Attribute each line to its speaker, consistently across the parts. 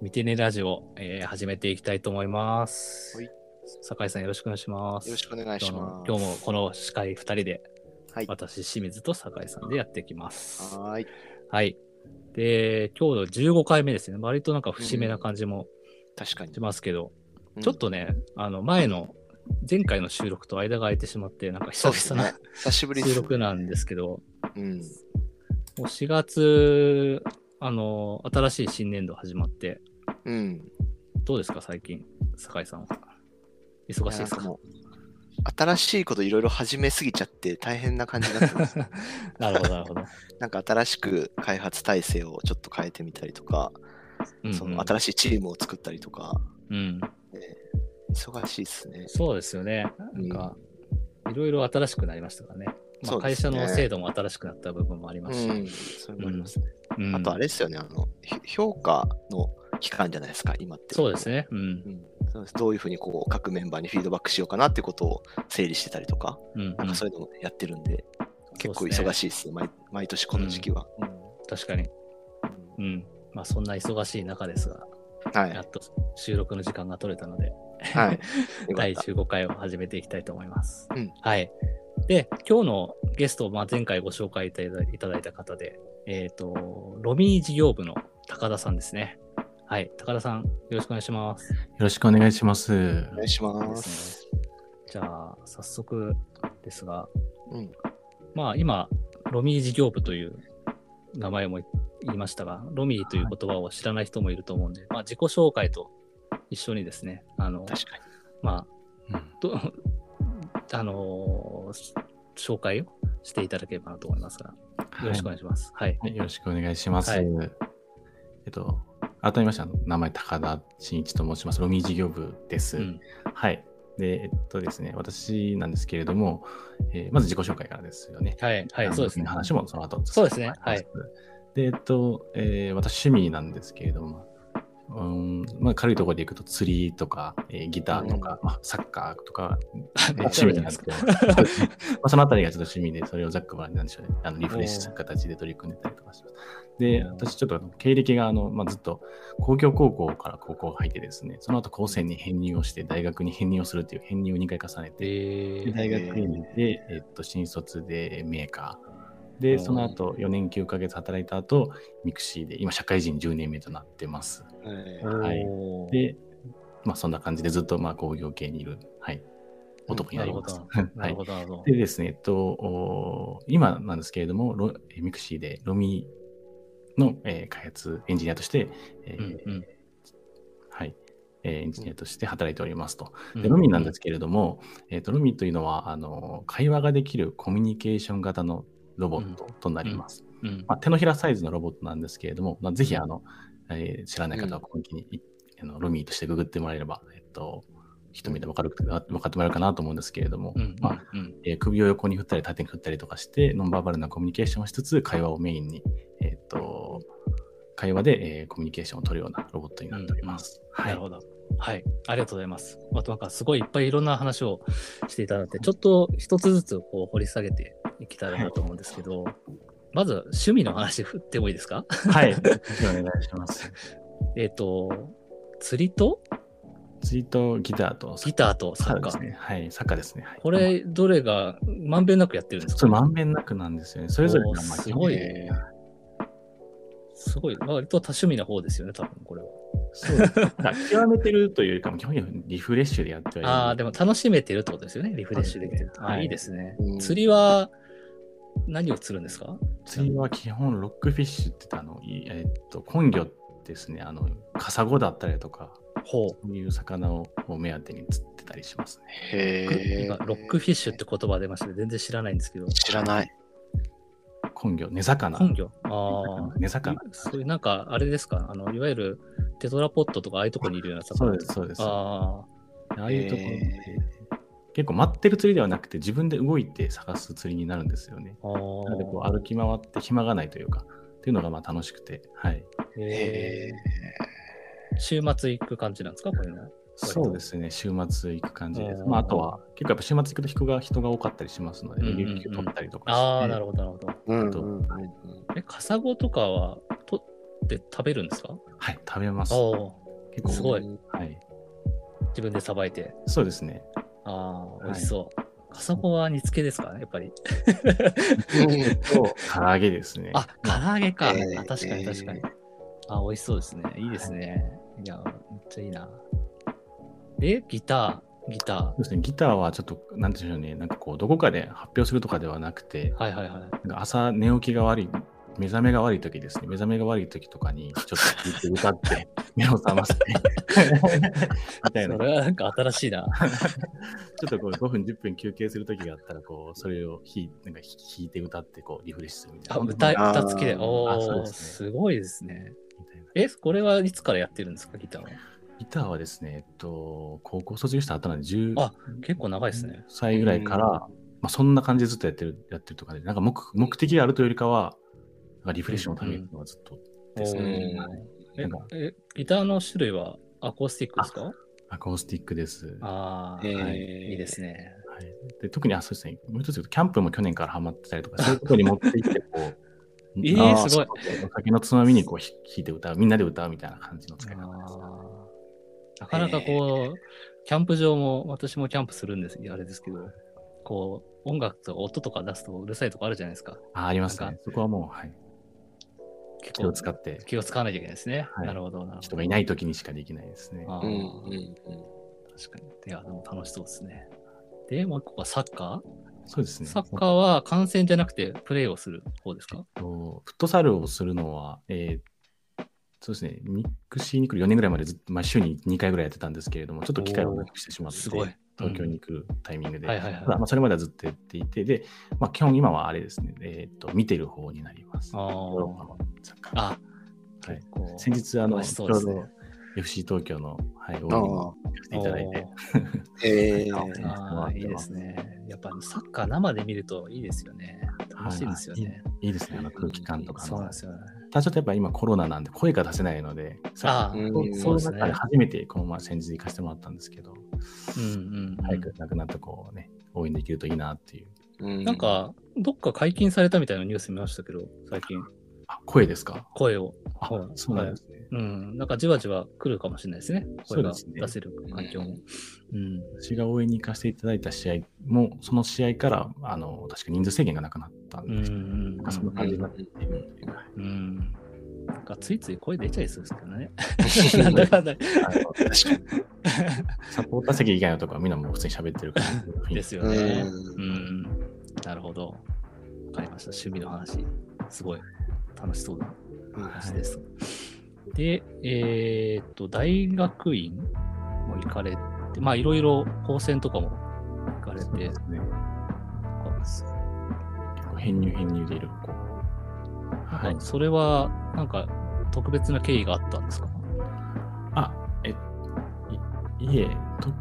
Speaker 1: 見てねラジオ、えー始めていきたいと思います。
Speaker 2: はい
Speaker 1: 酒井さんよろしくお願いします。
Speaker 2: よろしくお願いしま
Speaker 1: 今
Speaker 2: す。
Speaker 1: 日も今日もこの司会2人で、
Speaker 2: はい
Speaker 1: 私、清水と酒井さんでやっていきます。
Speaker 2: はーい。
Speaker 1: はい。で、今日の15回目ですね。割となんか節目な感じも
Speaker 2: 確かに
Speaker 1: し。ますけど、
Speaker 2: うん
Speaker 1: ちょっとね、あの、前の、前回の収録と間が空いてしまって、なんか
Speaker 2: そう
Speaker 1: 久
Speaker 2: で
Speaker 1: 々
Speaker 2: すね
Speaker 1: な。
Speaker 2: 久しぶりで
Speaker 1: 収
Speaker 2: す。
Speaker 1: 録なんですけど、
Speaker 2: う
Speaker 1: も
Speaker 2: ん。
Speaker 1: う4月、あの、新しい新年度始まって、
Speaker 2: うん。
Speaker 1: どうですか、最近、酒井さんは。忙しい
Speaker 2: な
Speaker 1: で
Speaker 2: ん
Speaker 1: すか
Speaker 2: かもう、新しいこといろいろ始めすぎちゃって大変な感じになってます。
Speaker 1: なるほど、なるほ ど。
Speaker 2: なんか新しく開発体制をちょっと変えてみたりとか、
Speaker 1: うんうん
Speaker 2: その新しいチームを作ったりとか、
Speaker 1: うん、
Speaker 2: 忙しいですね。
Speaker 1: そうですよね。なんか、いろいろ新しくなりましたからね。まあ
Speaker 2: そうで
Speaker 1: 会
Speaker 2: す
Speaker 1: 社
Speaker 2: ね
Speaker 1: の制度も新しくなった部分もあり
Speaker 2: う
Speaker 1: ま
Speaker 2: ん。
Speaker 1: すし、
Speaker 2: それもありますね。
Speaker 1: うん
Speaker 2: あとあれですよね、あの、ひ評価の期間じゃないですか、今って。
Speaker 1: そうです。ね。うん
Speaker 2: う。ん、そうですどういうふうにこう各メンバーにフィードバックしようかなってことを整理してたりとか、
Speaker 1: うん、
Speaker 2: なん
Speaker 1: う
Speaker 2: か
Speaker 1: ん
Speaker 2: そういうのもやってるんで、結構
Speaker 1: そうですね
Speaker 2: 忙しいですね毎、毎年この時期は。
Speaker 1: 確かに。うん。まあ、そんな忙しい中ですが、
Speaker 2: はい
Speaker 1: や。っと収録の時間が取れたので、
Speaker 2: はい。 よか
Speaker 1: 第
Speaker 2: った。
Speaker 1: 15回を始めていきたいと思います。
Speaker 2: うん
Speaker 1: はい。で、今日のゲスト、まあ、前回ご紹介いただいただいた方で、えっ、と、ロミー事業部の高田さんですね。はい。高田さん、よろしくお願いします。
Speaker 3: よろしくお願いします。
Speaker 2: お願いし
Speaker 1: で
Speaker 2: ます。
Speaker 1: すね。じゃあ、早速ですが、
Speaker 2: うん
Speaker 1: まあ、今、ロミー事業部という名前も言いましたが、ロミーという言葉を知らない人もいると思うんで、まあ、自己紹介と一緒にですね、あの、
Speaker 2: 確かに。
Speaker 1: まあ、
Speaker 3: うん
Speaker 1: と、 あのー紹介をしていただければなと思いますが、よろしくお願いします。はい。
Speaker 3: はいよろしくお願いします。
Speaker 1: はい
Speaker 3: えっと、改めまして、名前、高田真一と申します。ロミー事業部です。
Speaker 1: うん
Speaker 3: はい。で、えっとですね、私なんですけれども、えーまず自己紹介からですよね。
Speaker 1: はい、は
Speaker 3: あ
Speaker 1: い、
Speaker 3: の
Speaker 1: そうですね。
Speaker 3: 僕の話もその後
Speaker 1: そうですねはい。
Speaker 3: で、えっと、えー私、趣味なんですけれども、うんまあ、軽いところでいくと釣りとか、えーギターとか、まあ、サッカー とか、えー
Speaker 1: めっち
Speaker 3: 趣
Speaker 1: ゃ
Speaker 3: 味
Speaker 1: いいじゃ
Speaker 3: なん
Speaker 1: ないですす
Speaker 3: でけ
Speaker 1: か
Speaker 3: ど、そうですね まあそのあたりがちょっと趣味で、それをざっくばらんになんでしょうね、あのリフレッシュする形で取り組んでたりとかします。で、私ちょっとあの経歴があの、まあ、ずっと工業高校から高校入ってですね、その後高専に編入をして、大学に編入をするっていう編入を2回重ねて、
Speaker 1: え
Speaker 3: で
Speaker 1: ー
Speaker 3: 大学院で、えっと、新卒でメーカー。で、その後4年9ヶ月働いた後、ミクシーで、今社会人10年目となってます。
Speaker 2: えー
Speaker 3: はい
Speaker 1: おー
Speaker 3: で、まあそんな感じでずっとまあ工業系にいる、はい、男になります。
Speaker 1: な
Speaker 3: は
Speaker 1: る
Speaker 3: い
Speaker 1: ほ。ど、なるほど。
Speaker 3: でですね、えっと、お今なんですけれども、ロえミクシーでロミの、えー開発エンジニアとして、え
Speaker 1: う
Speaker 3: ー
Speaker 1: んうん
Speaker 3: はい、えーエンジニアとして働いておりますと。
Speaker 1: うん
Speaker 3: でロミなんですけれども、えー、とロミというのはあの会話ができるコミュニケーション型のロボットとなります。
Speaker 1: うん
Speaker 3: まあ、手のひらサイズのロボットなんですけれども、まあ、ぜひあの、えー知らない方は今期に、いあのロミとしてググってもらえれば、えっと一目で分かる分かってもらえるかなと思うんですけれども、
Speaker 1: うん
Speaker 3: まあ
Speaker 1: うん
Speaker 3: えー首を横に振ったり縦に振ったりとかしてノンバーバルなコミュニケーションをしつつ会話をメインに、えっと会話で、えーコミュニケーションを取るようなロボットになっております。は
Speaker 1: ないるほど。はい。ありがとうございます。あとなんかすごいいっぱいいろんな話をしていただいて、ちょっと一つずつこう掘り下げていきたいなと思うんですけど、まず趣味の話振ってもいいですか
Speaker 3: はい、よろしくお願いします。
Speaker 1: えっと、釣りと
Speaker 3: ツイート、ギターと
Speaker 1: ギターとサッカ
Speaker 3: です
Speaker 1: ー。
Speaker 3: ね。はい、サッカーですね。はい
Speaker 1: こ、れ、どれがまんべんなくやってるんですか
Speaker 3: それまんべんなくなんですよね。それぞれの名前
Speaker 1: おーすごい
Speaker 3: え
Speaker 1: ねすごい、割と多趣味な方ですよね、多分これは。
Speaker 3: ーそう ですねまあ極めてるというよりかも、基本的にリフレッシュでやってはいる。
Speaker 1: ああ、でも楽しめてるってことですよね、リフレッシュできてる。
Speaker 3: そうですね
Speaker 1: ああ
Speaker 3: はい
Speaker 1: いいですね
Speaker 2: うん。
Speaker 1: 釣りは何を釣るんですか
Speaker 3: 釣りは基本ロックフィッシュって言ったあの、いえーっと、根魚ですね。あの、カサゴだったりだとか、
Speaker 1: ほ
Speaker 3: そういう魚を目当てに釣ってたりしますね。
Speaker 1: う。
Speaker 2: へ
Speaker 1: 今
Speaker 2: ー
Speaker 1: ロックフィッシュって言葉出ましたね。全然知らないんですけど。
Speaker 2: 知らない。
Speaker 3: 根魚、根魚。
Speaker 1: 根拠あ
Speaker 3: 根
Speaker 1: あ
Speaker 3: 魚。。
Speaker 1: そういうなんか、あれですかあの、いわゆるテトラポットとかああいうとこにいるような
Speaker 3: そう
Speaker 1: 魚
Speaker 3: です、そうです。あ
Speaker 1: ああ、
Speaker 3: あいうところで
Speaker 2: へー
Speaker 3: 結構待ってる釣りではなくて、自分で動いて探す釣りになるんですよね。
Speaker 1: あー
Speaker 3: なのでこう歩き回って暇がないというか、っていうのがまあ楽しくて、はい。
Speaker 1: へ
Speaker 2: へ
Speaker 1: え週末行く感じなんですかこういうの。
Speaker 3: そうですね、週末行く感じです。
Speaker 1: うん
Speaker 3: まあ、あとは、結構やっぱ週末行くと人が人が多かったりしますので、
Speaker 1: うんうんうん
Speaker 3: 有給取ったりとかして、
Speaker 1: ああ、なるほど、なるほど。
Speaker 2: ー。うん
Speaker 3: と
Speaker 2: うんうん
Speaker 1: え、カサゴとかは、とって食べるんですか
Speaker 3: はい、食べます。
Speaker 1: おお
Speaker 3: 結
Speaker 1: すごい。
Speaker 3: はい。
Speaker 1: ー、自分でさばいて。
Speaker 3: そうですね。
Speaker 1: ああ、
Speaker 3: い
Speaker 1: 美味しそう。カサゴは煮付けですかやっぱり。
Speaker 3: と、唐揚げですね。
Speaker 1: あ、唐揚げか。
Speaker 2: えー
Speaker 1: あ確かに確かに
Speaker 2: え。
Speaker 1: あ、美味しそうですね。いいですね。いや、めっちゃいいな。で、ギター、ギタ
Speaker 3: そうですね。ギターはちょっと、なんていうんでしょうね。なんかこう、どこかで発表するとかではなくて、
Speaker 1: ー。はいはいはい。
Speaker 3: なんか朝寝起きが悪い、目覚めが悪い時ですね。目覚めが悪い時とかに、ちょっとずっと歌って、 目を 覚まして、みたいな。
Speaker 1: そ
Speaker 3: ちょ
Speaker 1: れはなんか新しい な。
Speaker 3: っとこう、5分、10分休憩する時があったら、こう、それをひなんかひ弾いて歌って、こう、リフレッシュするみたい
Speaker 1: あ、
Speaker 3: な。
Speaker 1: 歌、
Speaker 2: あー
Speaker 1: 歌付きで。お
Speaker 3: あそ
Speaker 1: お、
Speaker 3: うです
Speaker 1: す
Speaker 3: ね
Speaker 1: ごいですね。
Speaker 3: みたいな
Speaker 1: え、これはいつからやってるんですか、ギターは。
Speaker 3: ギターはですね、えっと、高校卒業した後なんで、10
Speaker 1: あ結構長いですね。
Speaker 3: 歳ぐらいから、
Speaker 2: うん
Speaker 3: まあ、そんな感じでずっとやってる、やってるとかで、なんか目目的があるというよりかは、なんかリフレッシュのためにはずっとですね。
Speaker 2: うん
Speaker 3: はい
Speaker 1: え
Speaker 3: なんか
Speaker 1: え、ギターの種類はアコースティックですか
Speaker 3: アコースティックです。は
Speaker 1: ああ、
Speaker 2: へー
Speaker 1: はいいいですね。、
Speaker 3: い、で特にあそうですね、もう一つ言うと、キャンプも去年からハマってたりとか、そういうとこに持って行って、こう
Speaker 1: ええ
Speaker 3: あ
Speaker 1: すごい
Speaker 3: そうお酒のつまみにこうひ弾いて歌う、みんなで歌うみたいな感じの使い
Speaker 1: あ
Speaker 3: 方です。
Speaker 1: ーなかなかこう、キャンプ場も、私もキャンプするんですあれですけど、こう、音楽とか音とか出すとうるさいとこあるじゃないですか。
Speaker 3: ああります
Speaker 1: なん
Speaker 3: ね。そこはもう、はい、
Speaker 1: 結
Speaker 3: 気を
Speaker 1: 構
Speaker 3: 使って、
Speaker 1: 気を使わなきゃいけないですね。
Speaker 3: はい
Speaker 1: なるほど、なるほ
Speaker 3: 人
Speaker 1: ど。
Speaker 3: がいない時にしかできないですね。
Speaker 1: あ
Speaker 2: うんうん
Speaker 1: ー
Speaker 2: うん
Speaker 1: 確かに。いや、でも楽しそうですね。で、もう一個がサッカ
Speaker 3: そうです
Speaker 1: ー
Speaker 3: ね。
Speaker 1: サッカーは観戦じゃなくてプレーをする方ですか
Speaker 3: えっとフットサルをするのは、えーそうですね、ミックシーに来る4年ぐらいまでずっと、まあ、週に2回ぐらいやってたんですけれども、ちょっと機会をなくしてしまって、
Speaker 1: すごい。
Speaker 3: 東京に来るタイミングで、
Speaker 1: はいはいはい
Speaker 3: ただまあ、それまではずっとやっていて、でまあ、基本今はあれですね、えー、と見てる方になります。
Speaker 1: あー
Speaker 3: ヨーロッパのサッカー
Speaker 1: あ、
Speaker 3: はい
Speaker 1: 結構
Speaker 3: 先日あの、
Speaker 1: 楽し
Speaker 3: ち
Speaker 1: そ
Speaker 3: ょ
Speaker 1: う
Speaker 3: う
Speaker 1: ですね
Speaker 3: ど FC 東京の、はい、応援
Speaker 2: あ
Speaker 3: に行かせていただいて、
Speaker 2: あ、へえ。
Speaker 3: はい
Speaker 1: ああ、いいですね。やっぱサッカー生で見るといいですよね。楽しいですよね。
Speaker 3: いいですね、あの空気感とか
Speaker 1: そうなん
Speaker 3: の
Speaker 1: で。すよね。
Speaker 3: ただちょっとやっぱ今コロナなんで声が出せないので、
Speaker 1: ああ
Speaker 3: そう
Speaker 2: うん
Speaker 3: そうです
Speaker 1: そうです
Speaker 3: ね。
Speaker 1: ね
Speaker 3: 初めてこの前先日行かせてもらったんですけど、
Speaker 1: うんうん。
Speaker 3: 早くなくなったこうね、応援できるといいなっていう。
Speaker 2: な
Speaker 1: なん、か、どっか解禁されたみたいなニュース見ましたけど、最近、
Speaker 3: あ、声ですか
Speaker 1: 声を。
Speaker 3: あ
Speaker 1: はい、
Speaker 3: そうなんですね。
Speaker 1: うん、なんかじわじわ来るかもしれないですね。声が
Speaker 3: そうですね
Speaker 1: 出せる環境も。うん。
Speaker 3: 私が応援に行かせていただいた試合も、その試合から、あの、確か人数制限がなくなったん
Speaker 1: うんう
Speaker 3: ですけど、
Speaker 1: ん
Speaker 3: なんかそんな
Speaker 2: う
Speaker 3: 感
Speaker 2: ん
Speaker 3: じになっているっていう。
Speaker 1: うん。うん。なんかついつい声出ちゃいそうですけど ね。 なんだかんだ
Speaker 3: あのサポーター席以外のとこはみんなもう普通に喋ってるから。
Speaker 1: ですよ
Speaker 2: う。
Speaker 1: ね。うんん。なるほど。わかりました。趣味の話。すごい楽しそうな話です。で、えーっと、大学院も行かれて、まあいろいろ高専とかも行かれ
Speaker 3: そう
Speaker 1: て
Speaker 3: で、すね。
Speaker 1: な
Speaker 3: 結構編入編入でいる。こうは
Speaker 1: ん
Speaker 3: い
Speaker 1: か。それはなんか特別な経緯があったんですか
Speaker 3: あ、え、いいえ、 特に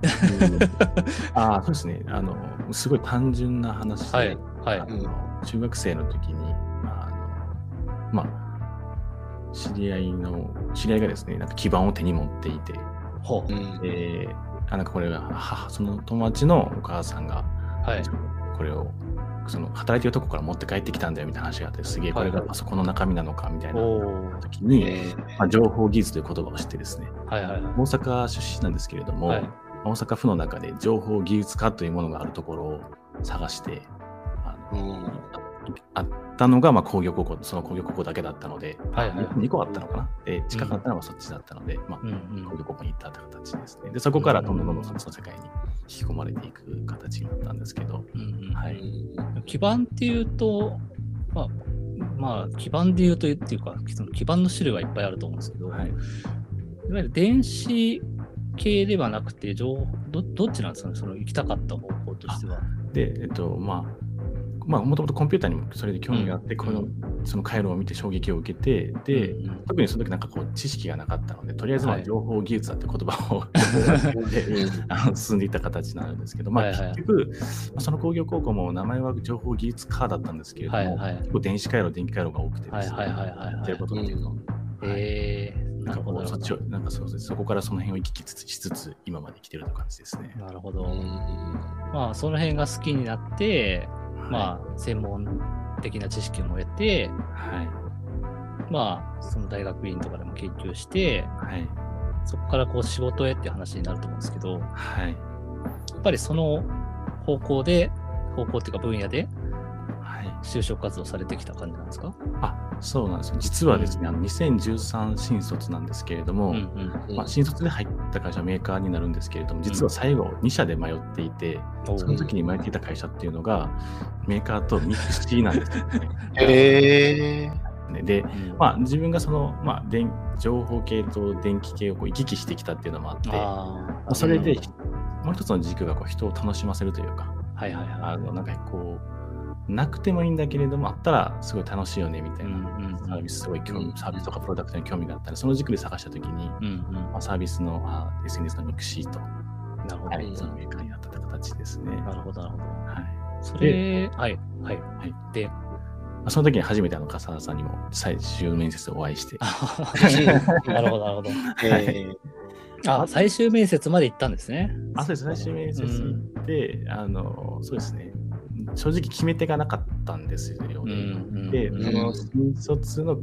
Speaker 3: あーそうですね、あの、すごい単純な話で、
Speaker 1: はい。はい
Speaker 3: あ。
Speaker 2: うん
Speaker 3: の中学生の時に、あの、まあ、知り合いの、知り合いがですね、なんか基盤を手に持っていて、
Speaker 1: ほう。
Speaker 2: うん
Speaker 3: で、あ、なんかこれが、はその友達のお母さんが、
Speaker 1: はい。
Speaker 3: これを、その働いてるとこから持って帰ってきたんだよみたいな話があって、すげえこれがパソコンの中身なのかみたい
Speaker 1: お
Speaker 3: な
Speaker 1: お。
Speaker 3: 時に、
Speaker 2: え
Speaker 3: まあ、情報技術という言葉を知ってですね、
Speaker 1: はいはいはい。
Speaker 3: 大阪出身なんですけれども、
Speaker 1: はい
Speaker 3: 大阪府の中で情報技術科というものがあるところを探してあ
Speaker 2: ーう
Speaker 3: の
Speaker 2: ん
Speaker 3: あったのがまあ工業高校その工業高校だけだったので、
Speaker 1: はいはい。
Speaker 3: 2個あったのかなで近かったのはそっちだったので、ま
Speaker 1: うんう
Speaker 3: あ、工
Speaker 1: ん。
Speaker 3: 業高校に行ったって形ですねでそこからどんどんどんどんそっちの世界に引き込まれていく形になったんですけど、
Speaker 1: うんうん
Speaker 3: はい
Speaker 1: 基盤っていうと、まあ、まあ、基盤で言うとっていうか、その基盤の種類はいっぱいあると思うんですけど、
Speaker 3: はい
Speaker 1: い、わゆる電子系ではなくて情報ど、どっちなんですかね、その行きたかった方向としては。
Speaker 3: でえっとまあまあ、もともとコンピューターにもそれで興味があって、このその回路を見て衝撃を受けてで、
Speaker 1: うんうん
Speaker 3: 特にその時なんかこう知識がなかったのでとりあえずま
Speaker 1: は
Speaker 3: あ
Speaker 1: い
Speaker 3: 情報技術だって言葉 を、
Speaker 2: うん
Speaker 3: あの進んでいった形になるんですけど、まあ、
Speaker 1: はいはい
Speaker 3: 結局、まあその工業高校も名前は情報技術科だったんですけれども、
Speaker 1: はいはい
Speaker 3: 結構電子回路電気回路が多くてですね、
Speaker 1: はいはいはいはいはい
Speaker 3: やってることっていうのは、はい
Speaker 1: えー、な
Speaker 3: な
Speaker 1: んる
Speaker 3: かこ
Speaker 1: ほど。
Speaker 3: う
Speaker 1: な
Speaker 3: そっ
Speaker 1: る
Speaker 3: ち
Speaker 1: ほ
Speaker 3: をなんかそうですそこからその辺を行き来しつつ今まで来てるという感じですね
Speaker 1: ど。。なるほど
Speaker 2: うん
Speaker 1: まあ、その辺が好きになって、
Speaker 3: はい
Speaker 1: まあ、専門的な知識も得て、
Speaker 3: はい
Speaker 1: まあ、そその大学院とかでも研究して、
Speaker 3: はい。
Speaker 1: そこからこう仕事へっていう話になると思うんですけど、や
Speaker 3: はい。
Speaker 1: っぱりその方向で、方向っていうか分野で
Speaker 3: はい。
Speaker 1: 就職活動されてきた感じなんですか
Speaker 3: あ、そうなんですよ。実はですね、あの2013新卒なんですけれども、
Speaker 1: うんうん。
Speaker 3: まあ、新卒で入った会社はメーカーになるんですけれども、実は最後2社で迷っていて、その時に迷っていた会社っていうのが、メーカーとミクシーなんです
Speaker 2: へえ。
Speaker 3: ね。で、
Speaker 1: うん
Speaker 3: まあ、自分がその、まあ、電情報系と電気系をこう行き来してきたっていうのもあって、ま
Speaker 1: あ
Speaker 3: あ、
Speaker 1: あ、
Speaker 3: それで
Speaker 1: うん、
Speaker 3: もう一つの軸がこう人を楽しませるというか、
Speaker 1: はいはいはい。
Speaker 3: あのなんかこう、なくてもいいんだけれども、あったらすごい楽しいよねみたいな、
Speaker 1: うんうんうん
Speaker 3: サービスすごい興
Speaker 2: う
Speaker 3: 味
Speaker 2: ん、
Speaker 3: サービスとかプロダクトに興味があったら、その軸で探したときに、
Speaker 1: うんうん。
Speaker 3: まあ、サービスのあ SNS のミクシーと、
Speaker 1: なるほど。
Speaker 3: は、
Speaker 1: ないる
Speaker 3: そのメーカーになった形ですね。は
Speaker 1: ほど、なるほど。
Speaker 3: い
Speaker 1: それ、はい、はい。
Speaker 3: まあ、その時に初めてあの笠原さんにも最終面接でお会いして、
Speaker 1: なるほど、なるほど。
Speaker 2: へ
Speaker 1: あ、最終面接まで行ったんですね。
Speaker 3: あそうです最終面接行って、あのそうですね正直決め手がなかったんですよね。
Speaker 1: うんうん。
Speaker 3: で、
Speaker 1: うん
Speaker 3: その新卒の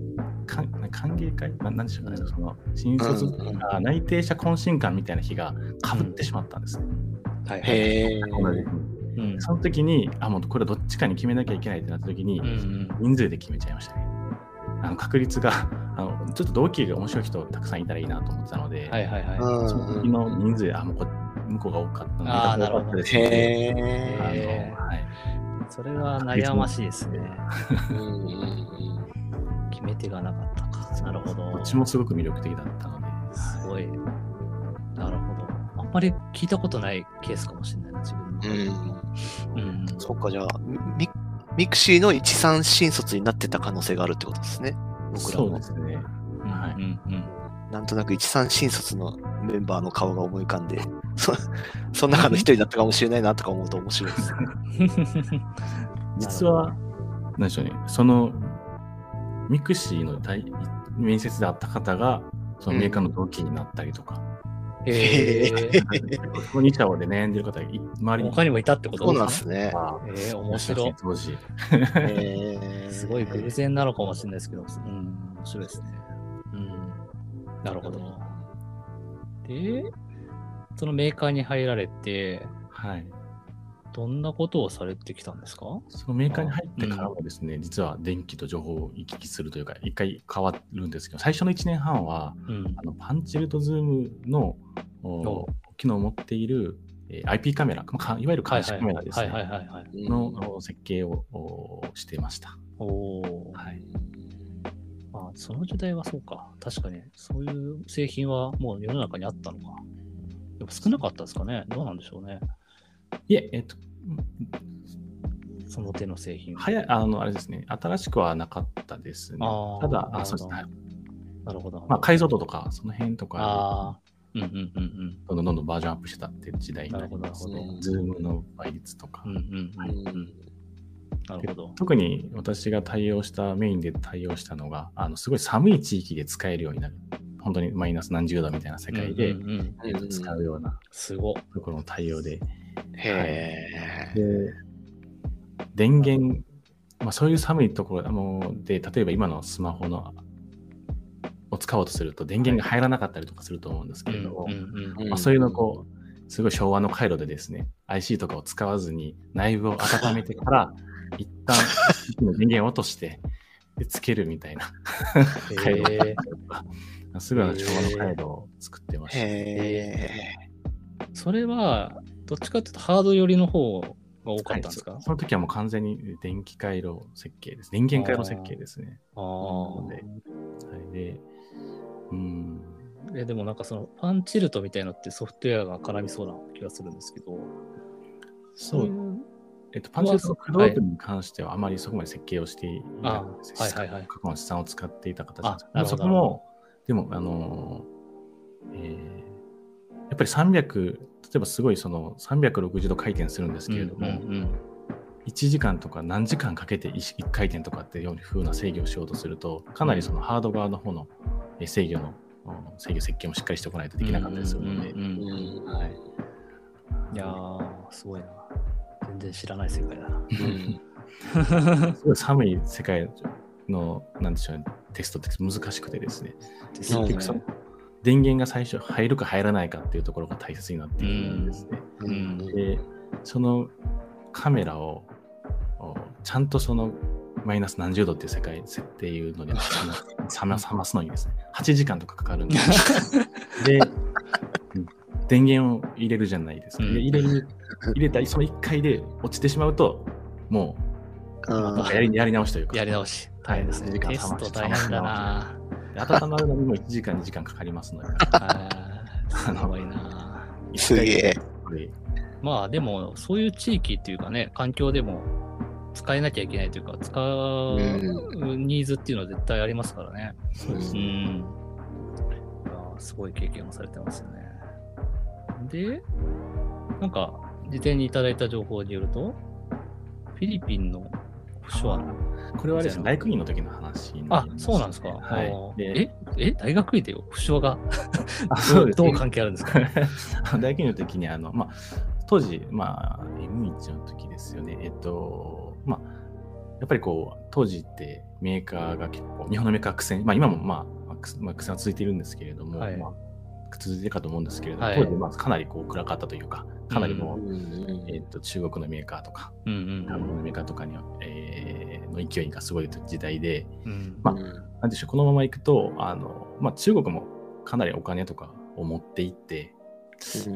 Speaker 3: かん歓迎会ななんでしょうかね、その新卒
Speaker 2: うんうん
Speaker 3: あ内定者懇親会みたいな日がかぶってしまったんですね。
Speaker 1: はい
Speaker 2: え。へえ。
Speaker 1: うん
Speaker 3: その時に、あ、もうこれどっちかに決めなきゃいけないってなった時に、
Speaker 1: うんうん
Speaker 3: 人数で決めちゃいましたね。あの確率が あの、ちょっと同期が面白い人たくさんいたらいいなと思ってたので、
Speaker 1: はいはいはい。
Speaker 3: その時の人数で、あ、もうこ向こうが多かったので
Speaker 1: あーなるほど
Speaker 3: 多かったですね
Speaker 2: へ
Speaker 3: あ
Speaker 2: え。
Speaker 3: の
Speaker 1: へー
Speaker 3: はい
Speaker 1: それは悩ましいですね。
Speaker 2: うんうん
Speaker 1: 決め手がなかったか。なるほど。
Speaker 3: どっちもすごく魅力的だったので、
Speaker 1: す
Speaker 3: はい
Speaker 1: ごい。なるほど。あんまり聞いたことないケースかもしれないな、自分
Speaker 2: うんうん
Speaker 1: の。うん。
Speaker 2: そっか、じゃあ、ミミクシーの一三新卒になってた可能性があるってことですね。僕ら
Speaker 3: そう
Speaker 2: も
Speaker 3: で。すね。
Speaker 1: うん
Speaker 3: はい
Speaker 1: うんうん。
Speaker 2: なんとなく一三新卒のメンバーの顔が思い浮かんで、そその中の一人だったかもしれないなとか思うと面白いです。
Speaker 3: 実は、何でしょうね、そのミクシーの対面接で会った方が、そのメーカーの同期になったりとか、
Speaker 1: へ え。
Speaker 3: この2社で悩んでる方がい周りに
Speaker 1: 他にもいたってこと
Speaker 2: そうなん
Speaker 1: で
Speaker 2: ですすね。
Speaker 3: あ
Speaker 1: ね。ええ、面白い。
Speaker 3: 当時。
Speaker 2: へー
Speaker 1: すごい偶然なのかもしれないですけど、うん、面白いですね。うん、なるほど。で、そのメーカーに入られて、
Speaker 3: はい。
Speaker 1: どんなことをされてきたんですか
Speaker 3: そのメーカーに入ってからはですね、実は電気と情報を行き来するというか、一回変わるんですけど、最初の1年半は、
Speaker 1: うん
Speaker 3: あ。のパンチルとズームのお
Speaker 1: お
Speaker 3: 機能を持っている、えー IP カメラ、まあかいわゆる
Speaker 1: はい
Speaker 3: 監視
Speaker 1: は
Speaker 3: カ
Speaker 1: い
Speaker 3: メラです
Speaker 1: はいはい
Speaker 3: ね、
Speaker 1: はいはい。
Speaker 3: のお設計をおしていました。
Speaker 1: おお、
Speaker 3: はい
Speaker 1: あ。その時代はそうか。確かに、そういう製品はもう世の中にあったのか。やっぱ少なかったですかね。どうなんでしょうね。
Speaker 3: いえ、えっと、
Speaker 1: その手の製品。
Speaker 3: はや、あの、あれですね、新しくはなかったですね
Speaker 1: あ。ー
Speaker 3: ただ、
Speaker 1: な
Speaker 3: あ
Speaker 1: る
Speaker 3: そ
Speaker 1: ほど
Speaker 3: うですね、はい
Speaker 1: なるほど。
Speaker 3: まあ、解像度とか、その辺とか、
Speaker 1: ああ。うんうんうん
Speaker 3: どんどんどんどんバージョンアップしてたっていう時代
Speaker 1: うん。
Speaker 3: に
Speaker 1: な
Speaker 3: な
Speaker 1: る
Speaker 3: り
Speaker 1: ほど、なる
Speaker 3: ま
Speaker 1: ほ
Speaker 3: す
Speaker 1: ど。
Speaker 3: ね。ズームの倍率とか。
Speaker 1: うんうんうん
Speaker 2: う
Speaker 1: うん
Speaker 2: ん。
Speaker 1: なるほど。
Speaker 3: 特に私が対応した、メインで対応したのが、あのすごい寒い地域で使えるようになる。本当にマイナス何十度みたいな世界で、
Speaker 1: うんうんうん
Speaker 3: えっと使うような
Speaker 1: すごっ。
Speaker 3: ところの対応で。
Speaker 2: へえ。
Speaker 3: で、電源、まあ、そういう寒いところあので、例えば今のスマホのを使おうとすると、電源が入らなかったりとかすると思うんですけれども、
Speaker 1: う
Speaker 3: まあ、そういうのをこう、すごい昭和の回路でですね、IC とかを使わずに内部を温め てから、一旦電源を落として、でつけるみたいな、回路
Speaker 1: え
Speaker 3: すごいあの昭和の回路を作ってました。
Speaker 2: へ
Speaker 1: それは、どっちかっていうとハード寄りの方が多かったんですか、
Speaker 3: はいそその時はもう完全に電気回路設計です。電源回路設計ですね。
Speaker 1: あ
Speaker 3: はい、で、うん、
Speaker 1: あ。えでもなんかその、パンチルトみたいなのってソフトウェアが絡みそうな気がするんですけど。
Speaker 3: そう
Speaker 1: い。
Speaker 3: えっと、パンチェスの
Speaker 1: は
Speaker 3: ク
Speaker 1: い
Speaker 3: ロープに関してはあまりそこまで設計をしていな
Speaker 1: あ
Speaker 3: くて、
Speaker 1: はいはいはい
Speaker 3: 過去の資産を使っていた形なんですけ
Speaker 1: あなる
Speaker 3: ど
Speaker 1: ほ
Speaker 3: そ
Speaker 1: ど
Speaker 3: こも、でも、あのー、えーやっぱり300、例えばすごいその360度回転するんですけれども、
Speaker 1: うん
Speaker 3: 1時間とか何時間かけて 1, 回転とかっていうふうな制御をしようとすると、かなりそのハード側の方のえー制御の、うん制御設計もしっかりしておかないとできなかったりするので
Speaker 1: うん、うんうんうん
Speaker 2: ー。
Speaker 3: はい
Speaker 1: いやー、すごいな。全然知らない世界だな。
Speaker 2: うん
Speaker 3: すごい寒い世界の、なんでしょうね、テストって難しくてですね。
Speaker 1: ですよ
Speaker 2: 結
Speaker 1: ね
Speaker 2: 局
Speaker 3: その電源が最初入るか入らないかっていうところが大切になってくるんですね。
Speaker 1: うん
Speaker 3: で、そのカメラをおちゃんとそのマイナス何十度っていう世界設定いうので冷ま冷ますのにですね、8時間とかか かるんですよ。で、うん電源を入れるじゃないですか。で
Speaker 1: うん
Speaker 3: 入れる入れたその1回で落ちてしまうと、もう
Speaker 2: あ
Speaker 3: やりやり直しというか、
Speaker 1: やり直し。
Speaker 3: 大変ですね。時間
Speaker 1: テ
Speaker 3: 冷
Speaker 1: ス
Speaker 3: ま
Speaker 1: ト
Speaker 3: して
Speaker 1: 大変だな。
Speaker 3: 温まるのにも1時間、2時間かかりますので、
Speaker 1: あーすごいな。
Speaker 2: ー すげえ。
Speaker 3: で
Speaker 1: まあでも、そういう地域っていうかね、環境でも使えなきゃいけないというか、使うニーズっていうのは絶対ありますからね。
Speaker 3: そうです
Speaker 1: う
Speaker 3: ね。
Speaker 1: ん。いやーすごい経験をされてますよね。で、なんか、事前にいただいた情報によると、フィリピンのオフショアの。
Speaker 3: これはですね、大学院の時の話にな
Speaker 1: あ
Speaker 3: り、ます
Speaker 1: そうなんですか。
Speaker 3: はい
Speaker 1: あー
Speaker 3: で
Speaker 1: ええ大学院でオフショアが
Speaker 3: あそうです
Speaker 1: ど
Speaker 3: ね
Speaker 1: う関係あるんですか
Speaker 3: 大学院の時に、あの、まあ、当時、まあ、M1 の時ですよね。えっと、まあ、やっぱりこう、当時ってメーカーが結構、日本のメーカーは苦戦、まあ今もまあ、苦まあ苦戦は続いているんですけれども、
Speaker 1: はい
Speaker 3: まあ、続いてるかと思うんですけれども、
Speaker 1: はい
Speaker 3: 当時、まあ、かなりこう、暗かったというか、かなりもう、
Speaker 2: え
Speaker 3: えっと、中国のメーカーとか、
Speaker 1: うんう
Speaker 3: 韓国のメーカーとかには、えーの勢いがすごい時代で、
Speaker 1: んうん。
Speaker 3: まあなんでしょう、このまま行くと、あの、まあ、中国もかなりお金とかを持っていって、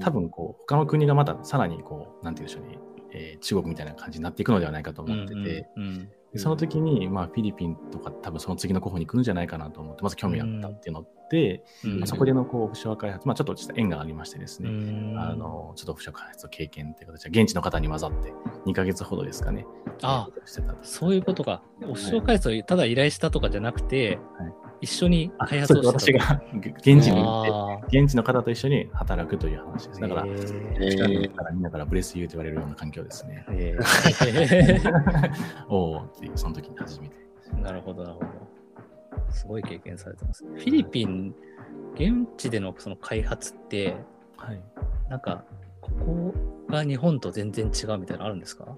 Speaker 3: 多分こう、他の国がまたさらにこう、なんて言うんでしょうね、えー中国みたいな感じになっていくのではないかと思ってて、で
Speaker 1: うんうん
Speaker 3: その時に、まあ、フィリピンとか多分その次の候補に来るんじゃないかなと思って、まず興味があったっていうので、
Speaker 1: うん
Speaker 3: まあそこでのこう、不詳開発、まあ、ちょっとした縁がありましてです
Speaker 1: う
Speaker 3: ね、
Speaker 1: ん
Speaker 3: あのちょっと不詳開発の経験という形で、現地の方に混ざって、2ヶ月ほどですかね、
Speaker 1: あ
Speaker 3: えーしてたんです
Speaker 1: そういうことか。オフショア開発をただ依頼したとかじゃなくて、
Speaker 3: はい
Speaker 1: 一緒に
Speaker 3: あ
Speaker 1: 開
Speaker 3: そ
Speaker 1: 発
Speaker 3: う
Speaker 1: を
Speaker 3: です
Speaker 1: したと
Speaker 3: 私が現地に行って、
Speaker 1: あ
Speaker 3: 現地の方と一緒に働くという話です。
Speaker 1: ー
Speaker 3: だから
Speaker 1: へ、ー
Speaker 2: え
Speaker 3: 近く
Speaker 2: ー
Speaker 3: からみんなからブレスユーと言われるような環境で すね。
Speaker 1: えー
Speaker 3: おおっていう、その時に初めて。
Speaker 1: なるほど、なるほど。すごい経験されてますね。フィリピン、現地でのその開発って、
Speaker 3: はい、
Speaker 1: なんか、ここが日本と全然違うみたいなのあるんですか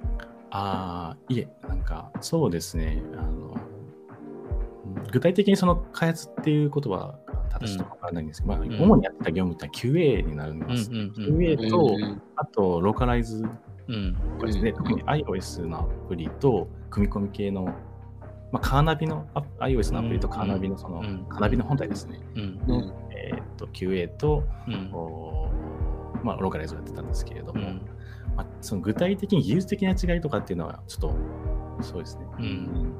Speaker 3: ああ、いえ、なんか、そうですね。あのうん具体的にその開発っていうことは正しいとかわからないんですけど、
Speaker 1: ん
Speaker 3: まあ、主にやってた業務ってのは QA になるん
Speaker 1: うん
Speaker 3: です。
Speaker 1: うんうん。
Speaker 3: QA と、あと、ローカライズ
Speaker 1: うん。
Speaker 3: これですね、
Speaker 2: うん
Speaker 3: 特に iOS のアプリと組み込み系の、まあ、カーナビの、ア iOS のアプリとカーナビのその、
Speaker 1: うん
Speaker 3: カーナビの本体ですね、
Speaker 1: うん。
Speaker 2: うん
Speaker 3: えーっと、QA と、
Speaker 1: うん。
Speaker 3: おーまあ、ローカライズをやってたんですけれど
Speaker 1: う
Speaker 3: も、
Speaker 1: ん。
Speaker 3: まあ、その具体的に技術的な違いとかっていうのは、ちょっと、そうですね。
Speaker 1: うん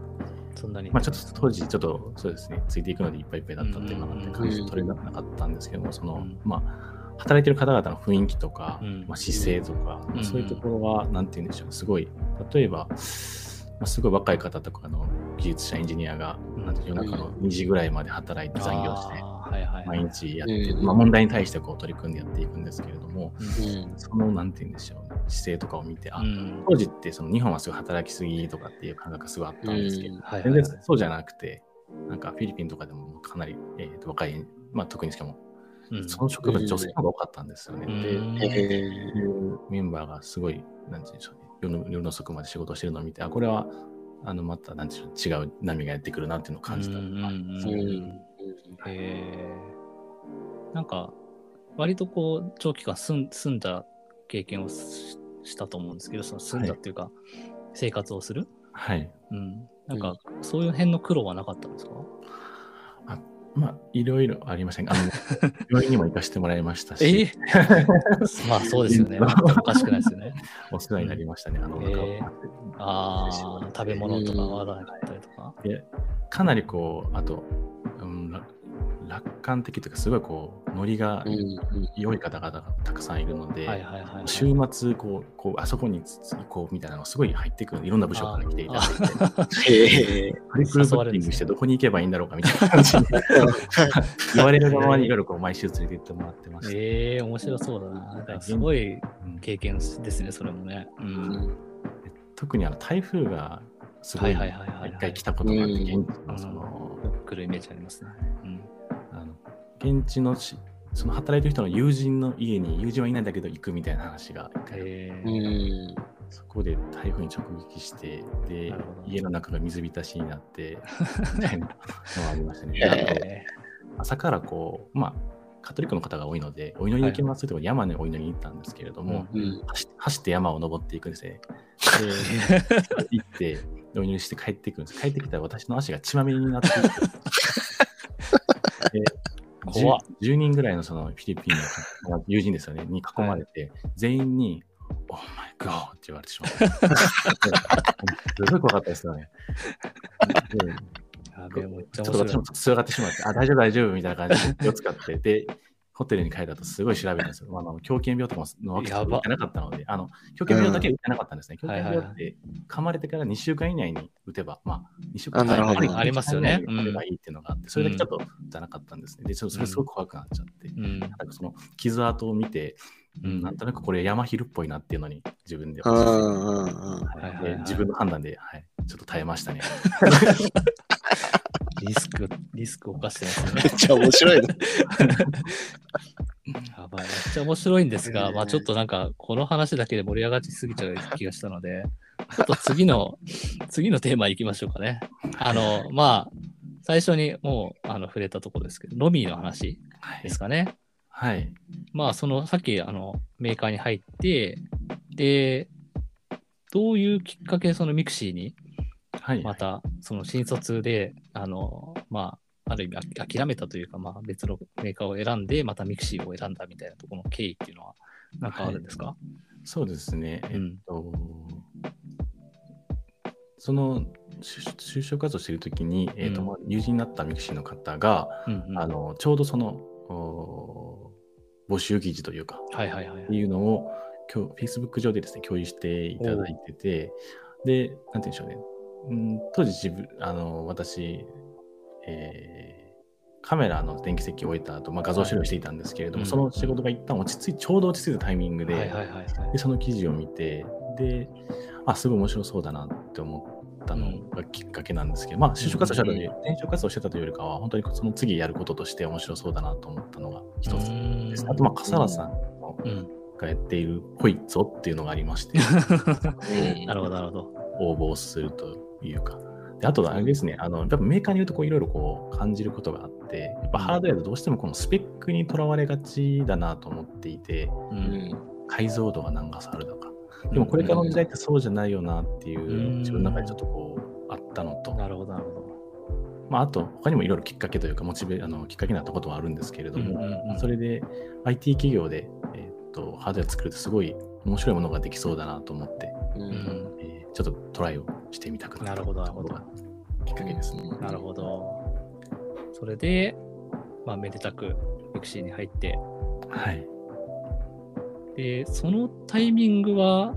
Speaker 1: そんなに。
Speaker 3: まあ、ちょっと当時、ちょっとそうですね、ついていくのでいっぱいいっぱいだったっていうか
Speaker 1: うん
Speaker 3: なんて感じ取れなかったんですけども、その、
Speaker 1: うん
Speaker 3: まあ、働いてる方々の雰囲気とか、
Speaker 1: うん
Speaker 3: まあ、姿勢とか、
Speaker 1: うん
Speaker 3: そういうところは、なんて言うんでしょう、すごい、例えば、まあ、すごい若い方とかの技術者、エンジニアが、
Speaker 1: うん
Speaker 3: なんて夜中の2時ぐらいまで働いて残業して、
Speaker 1: あーはいはい。
Speaker 3: 毎日やって、
Speaker 2: うん
Speaker 3: まあ、問題に対してこう取り組んでやっていくんですけれども、
Speaker 1: うん
Speaker 3: その、なんて言うんでしょう、姿勢とかを見て、あ、
Speaker 1: うん。
Speaker 3: 当時ってその日本はすごい働きすぎとかっていう感覚がすごいあったんですけど、
Speaker 1: はいはい
Speaker 3: 全
Speaker 1: はい
Speaker 3: 然そうじゃなくて、なんかフィリピンとかでもかなり、えーと若い、まあ、特にしかも、
Speaker 1: うん
Speaker 3: その職場女性の方が多かったんですよね。で、
Speaker 1: うん
Speaker 3: メンバーがすごい、なんていうんでしょうね、夜の夜の遅くまで仕事をしてるのを見て、あ、これは、あの、また、なんていうんでしょう、違う波がやってくるなっていうのを感じた。
Speaker 1: うんうんうん
Speaker 2: そういう
Speaker 1: へーなんか、割とこう、長期間住ん住んだ経験をししたと思うんですけど、その住んだっていうか、生活をする、
Speaker 3: はい。
Speaker 1: うん、なんか、そういう辺の苦労はなかったんですか
Speaker 3: まあ、いろいろありまし たが、あの、病院にも行かせてもらいましたし、
Speaker 1: え まあ、そうですよね。
Speaker 3: うん
Speaker 1: 全くおかしくないですよ ね。
Speaker 3: お世話になりましたね。あの、
Speaker 1: えー
Speaker 3: なんか
Speaker 1: ああ、食べ物とか合わなかったりとか。
Speaker 3: かなりこうあと、うん、ら楽観的というかすごいこうノリが良い方々がたくさんいるので、
Speaker 1: はいはいはいはい。
Speaker 3: 週末こうこうあそこに行こうみたいなのがすごい入ってくるいろんな部署から来ていただいてトリプルブッキングしてどこに行けばいいんだろうかみたいな感じで言われる側にいろいろこう毎週連れて行ってもらってました。
Speaker 1: ええ面白そうだな。なんかすごい
Speaker 3: うん
Speaker 1: 経験ですね、それもね。うん
Speaker 3: 特にあの台風がすごい
Speaker 1: はいはいはいはいはい
Speaker 3: 一回来たことがあって現地
Speaker 1: うん
Speaker 3: のその
Speaker 1: よく来るイメージありますね。
Speaker 3: あの現地のしその働いてる人の友人の家に友人はいないんだけど行くみたいな話が一回
Speaker 1: え
Speaker 3: そこで台風に直撃して、で
Speaker 1: なるほど、
Speaker 3: 家の中が水浸しにな って、みたいなのがありましたね。
Speaker 2: え
Speaker 3: で
Speaker 2: ー
Speaker 3: あと朝からこう、まあ、カトリックの方が多いので、お祈りに行きますってことで山にお祈りに行ったんですけれども、
Speaker 2: うん。
Speaker 3: 走って走って山を登っていくんですね。で、行って、お祈りして帰ってくるんです。帰ってきたら私の足が血まみれになっ ていてで
Speaker 1: 怖っ
Speaker 3: 10, 10人ぐらいのそのフィリピンの友人ですよね、に囲まれて、全員に、オーマイガーって言われてし まった。 すごい怖かったですよね。で
Speaker 1: やべえめっち
Speaker 3: ち
Speaker 1: ゃ
Speaker 3: ょっ
Speaker 1: 面
Speaker 3: と
Speaker 1: 白
Speaker 3: 私も強がってしまって、あ、大丈夫、大丈夫みたいな感じで気を使って、で、ホテルに帰ったとすごい調べたんですよ。まあ、あの狂犬病とかのわけ
Speaker 1: やば
Speaker 3: 打ってなかったので、あの狂犬病だけ打ってなかったんですね。
Speaker 1: うん
Speaker 3: 狂
Speaker 1: は
Speaker 3: 犬
Speaker 1: いはい
Speaker 3: 病
Speaker 1: は
Speaker 3: って噛まれてから2週間以内に打てば、まあ、2週間
Speaker 2: あなるほど
Speaker 3: 以内に
Speaker 1: ありますよね
Speaker 3: 打てばいいっていうのがあって、それだけちょっとじゃなかったんですね。で、ちょっとそれすごく怖くなっちゃって、
Speaker 1: い。うん。
Speaker 3: なんかその傷跡を見て、
Speaker 1: う
Speaker 3: うんん、なんとなくこれ山昼っぽいなっていうのに自分で
Speaker 2: う
Speaker 3: 落ち着いて
Speaker 2: んうんうん。
Speaker 1: はいはい
Speaker 3: で
Speaker 1: はい
Speaker 3: 自分の判断で、はい、ちょっと耐えましたね。
Speaker 1: リスク、リスクを犯してますね
Speaker 2: め。っちゃ面白いな。
Speaker 1: やばい。めっちゃ面白いんですが、
Speaker 2: えー
Speaker 1: まあちょっとなんか、この話だけで盛り上がりすぎちゃう気がしたので、ちょっと次の、次のテーマ行きましょうかね。あの、まあ、最初にもう、あの、触れたところですけど、ロミーの話
Speaker 3: はい
Speaker 1: ですかね。
Speaker 3: はい。
Speaker 1: まあ、その、さっき、あの、メーカーに入って、で、どういうきっかけ、そのミクシーに、
Speaker 3: はい。
Speaker 1: また、その新卒で、あの、まあ、ある意味あき諦めたというか、まあ、別のメーカーを選んで、またミクシーを選んだみたいなところの経緯っていうのは、なんかあるんですか、
Speaker 3: そうですね。え
Speaker 1: う
Speaker 3: っ
Speaker 1: ん。
Speaker 3: と、その就就職活動してる時に、えっと
Speaker 1: うん
Speaker 3: まあ友人になったミクシーの方が、
Speaker 1: うんうん
Speaker 3: あのちょうどそのお募集記事というか、
Speaker 1: はいはいはい
Speaker 3: って。いうのを今日 Facebook 上でですね共有していただいてて、で、なんて言うんでしょうね。うん当時自分、あの私、えーカメラの電気設計を終えた後、まあ、画像処理をしていたんですけれども、
Speaker 1: はい
Speaker 3: その仕事が一旦落ち着いちょうど落ち着いたタイミングで、
Speaker 1: はいはいはいはい
Speaker 3: でその記事を見てであすごい面白そうだなって思ったのがきっかけなんですけど、まあ就職活動してたという転職活動してたというよりかは本当にその次やることとして面白そうだなと思ったのが一つです、あとまあ笠原さん
Speaker 1: うん。
Speaker 3: がやっている「ホイッツォ」っていうのがありまして
Speaker 1: なるほどなるほど。
Speaker 3: 応募するというかであとあれですねあのやっぱメーカーによるといろいろこう感じることがあってやっぱハードウェアでどうしてもこのスペックにとらわれがちだなと思っていて、
Speaker 1: う。
Speaker 2: うんん。
Speaker 3: 解像度が何かさあるとか、でもこれからの時代ってそうじゃないよなっていう、
Speaker 1: うん
Speaker 3: 自分の中でちょっとこうあったのと、
Speaker 1: なるほどなるほ
Speaker 3: まあ、あと他にもいろいろきっかけというかモチベあのきっかけになったことはあるんですけれど
Speaker 1: ど。
Speaker 3: も、
Speaker 1: うんうん
Speaker 3: それで IT 企業で、えーっとハードウェア作るとすごい面白いものができそうだなと思って、
Speaker 2: う。
Speaker 1: うんん
Speaker 3: えーちょっとトライをしてみたくなった
Speaker 1: なるほどなるほど
Speaker 3: ところがきっかけですね。
Speaker 1: うん。なるほど。それで、まあ、めでたく、ミクシーに入って、
Speaker 3: はい、
Speaker 1: で、そのタイミングは、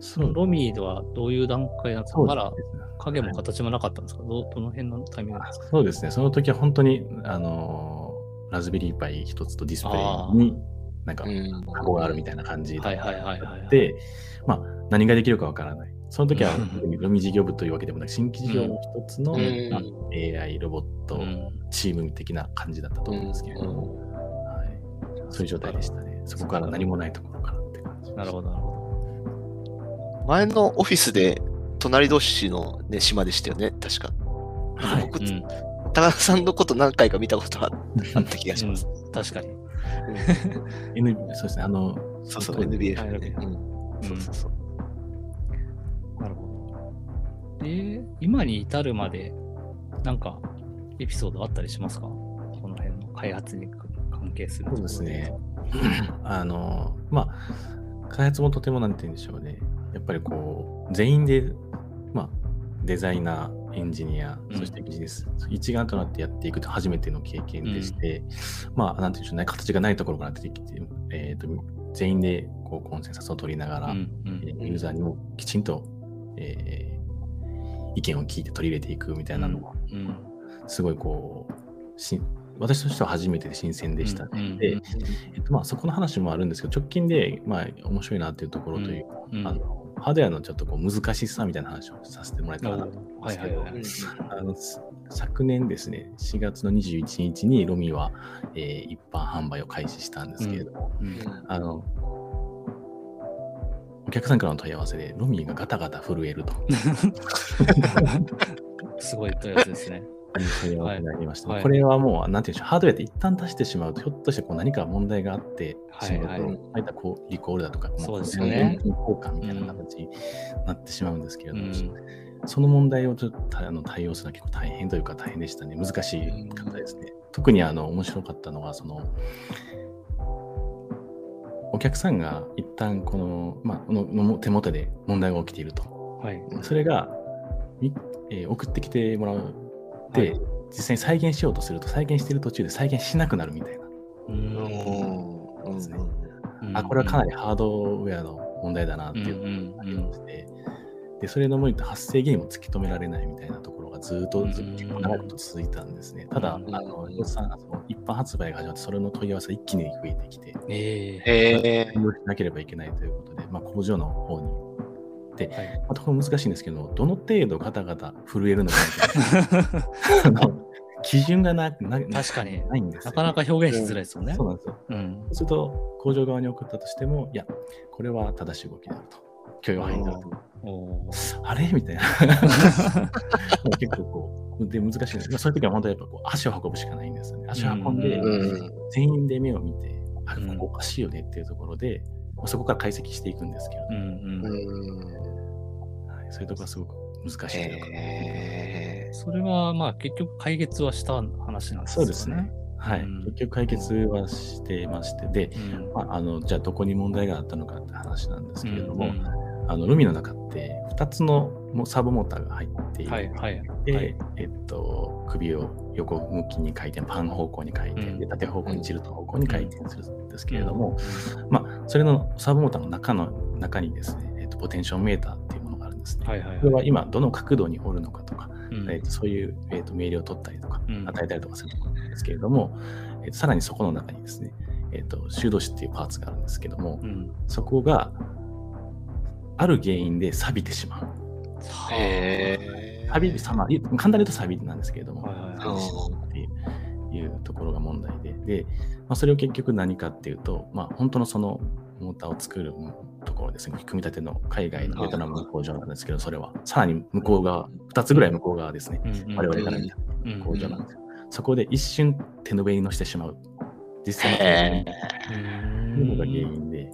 Speaker 3: そ
Speaker 1: ロミーではどういう段階なんですか
Speaker 3: そう
Speaker 1: ま
Speaker 3: で
Speaker 1: だ
Speaker 3: すね
Speaker 1: 影も形もなかったんですかどどの辺のタイミングなんですか
Speaker 3: そうですね、その時は本当に、あのーラズベリーパイ一つとディスプレイに、なんか、
Speaker 2: うん
Speaker 3: 箱があるみたいな感じ
Speaker 1: は
Speaker 3: だ
Speaker 1: い
Speaker 3: っ
Speaker 1: はいはいはいはい。
Speaker 3: て、まあ、何ができるかわからない。その 時は
Speaker 1: う、
Speaker 3: ロミ事業部というわけでもなく、新規事業の一つの、
Speaker 2: うん
Speaker 3: まあ AI ロボッ
Speaker 1: う
Speaker 3: ト
Speaker 1: ん
Speaker 3: チーム的な感じだったと思うんですけれども、はい、そういう状態でしたね。そこから何もないところからって感じ。
Speaker 1: なるほどなるほ
Speaker 2: 前のオフィスで隣同士の、ね、島でしたよね、確か。
Speaker 3: はい
Speaker 2: 僕
Speaker 1: ど。うん
Speaker 2: 高田さんのこと何回か見たことああった気がします。
Speaker 1: うん確かに。
Speaker 3: N そうですね、あの、
Speaker 2: そうそう、
Speaker 3: そう
Speaker 2: NBF
Speaker 1: はい
Speaker 2: でね。うんそうそうそう。
Speaker 1: なるほど。で、今に至るまで、なんか、エピソードあったりしますかこの辺の開発に関係するところ
Speaker 3: そうですね。 あの、まあ、開発もとてもなんて言うんでしょうね。やっぱりこう、全員で、まあ、デザイナー、エンジニア
Speaker 1: う、ん
Speaker 3: そしてビジネス、一丸となってやっていくと初めての経験でして、まあ、なんて言うんでしょうね、形がないところから出てきて、えーと全員でこうコンセンサスを取りなが
Speaker 1: う
Speaker 3: ら、
Speaker 1: んう
Speaker 3: え
Speaker 1: ん。
Speaker 3: ーユーザーにもきちんと、えー意見を聞いて取り入れていくみたいなのが、
Speaker 1: うん。
Speaker 3: すごいこう、し私としては初めてで新鮮でしたね。
Speaker 1: うん
Speaker 3: でえっと、まあそこの話もあるんですけど、直近で、まあ、面白いなっていうところというか、
Speaker 1: うんうん
Speaker 3: あのハードウェアのちょっとこう難しさみたいな話をさせてもらえた
Speaker 1: な
Speaker 3: ら
Speaker 1: る
Speaker 3: な
Speaker 1: ほ
Speaker 3: と
Speaker 1: ど
Speaker 3: 思うんで
Speaker 1: はい
Speaker 3: す
Speaker 1: は
Speaker 3: け
Speaker 1: い
Speaker 3: ど、
Speaker 1: はい。
Speaker 3: あのす昨年ですね、4月の21日にロミは、えー一 般販売を開始したんですけれども、
Speaker 1: うん
Speaker 3: あのおお客さんからの問い合わせで、ロミーがガタガタ震えると。
Speaker 1: すごい問い合わせですね。
Speaker 3: 問い合わせになりました、ね
Speaker 1: はい
Speaker 3: これはもう、なんていうんでしょう、ハードウェアで一旦出してしまうと、ひょっとしてこう何か問題があってしまうと、
Speaker 1: は
Speaker 3: はいい
Speaker 1: はい
Speaker 3: たこうリコールだとか、
Speaker 1: そうです
Speaker 2: よ
Speaker 1: ね
Speaker 3: 交換みたいな形になってしまうんですけれ
Speaker 1: う
Speaker 3: ども、
Speaker 1: ん。
Speaker 3: その問題をちょっとたあの対応するのは結構大変というか大変でしたね。難しい方ですね。特にあの面白かったのは、その、お客さんが一旦この,、まあ、このの手元で問題が起きていると。
Speaker 1: はい。
Speaker 3: それが、みえー送ってきてもらうで、
Speaker 1: はい
Speaker 3: 実際に再現しようとすると、再現している途中で再現しなくなるみたいな。
Speaker 1: うん
Speaker 2: うん
Speaker 3: ですねあ、これはかなりハードウェアの問題だなっていう
Speaker 1: うんうん
Speaker 3: ありまして、でそれの森と発生原因も突き止められないみたいなところがずっとずっと結構長いこと続いたんですね。ただ、あ
Speaker 1: うん
Speaker 3: の量産あの一般発売が始まって、それの問い合わせが一気に増えてきて、
Speaker 1: え え
Speaker 2: え
Speaker 3: 対応しなければいけないということで、まあ、工場の方に。で、
Speaker 1: はい
Speaker 3: またこれ難しいんですけど、どの程度ガタガタ震えるのかみたいなあの基準がななな
Speaker 1: 確かに、
Speaker 3: ないんですよ、
Speaker 1: なかなか表現しづらいですよね
Speaker 3: そ。うなんですよ。
Speaker 1: うん。
Speaker 3: そうすると、工場側に送ったとしても、いや、これは正しい動きであると。許容範囲であると。
Speaker 1: おー
Speaker 3: あれみた いな。結構こう、で難しいね。まあそういう時は本当にやっぱこう足を運ぶしかないんですよね。足を運んで、
Speaker 1: うん
Speaker 2: うん
Speaker 3: 全員で目を見て、あ、
Speaker 1: うん
Speaker 3: ここおかしいよねっていうところで、まあそこから解析していくんですけれど
Speaker 1: う
Speaker 3: も、
Speaker 1: んうん。
Speaker 2: うん
Speaker 3: はい、そういうところがすごく難しいというか、
Speaker 2: え
Speaker 1: それは、まあ、結局解決はした話なんです
Speaker 3: そ
Speaker 1: よね。
Speaker 3: うですね。。はい、
Speaker 1: うん
Speaker 3: 結局解決はしてまして、で、
Speaker 1: うん。
Speaker 3: まあ、あのじゃあどこに問題があったのかって話なんですけれども、
Speaker 1: うん
Speaker 3: あの海の中って2つのもサブモーターが入ってい
Speaker 1: はい
Speaker 3: て、
Speaker 1: はい。
Speaker 3: で
Speaker 1: はい
Speaker 3: えっと、首を横向きに回転、パン方向に回転、
Speaker 1: うん
Speaker 3: で縦方向にチルト方向に回転するんですけれども、まあ、それのサブモーターの中の中にですね、えっと、ポテンションメーターっていうものがあるんですね。
Speaker 1: はいはい
Speaker 3: これは今、どの角度に折るのかとか、
Speaker 1: うん
Speaker 3: えっとそういう、えっと命令を取ったりとか
Speaker 1: うん、
Speaker 3: 与えたりとかするところなんですけれども、えっとさらにそこの中にですね、えっと修道士っていうパーツがあるんですけども、
Speaker 1: うん。
Speaker 3: そこがある原因で錆びてしまう。
Speaker 2: ーえー
Speaker 3: 錆びるさま、い簡単に言うと錆びるなんですけれども、
Speaker 1: はいはい
Speaker 3: 錆びてしまうっていういうところが問題で、で、まあ、それを結局何かっていうと、まあ、本当のそのモーターを作るところですね、組み立ての海外のベトナムの工場なんですけど、それは、さらに向こう側、2つぐらい向こう側ですね、
Speaker 1: うんうん
Speaker 3: 我々から見た
Speaker 1: うん
Speaker 3: 工場なんですよ。そこで一瞬手の上に乗せてしまう。実際に
Speaker 2: へ
Speaker 3: というのが原因で、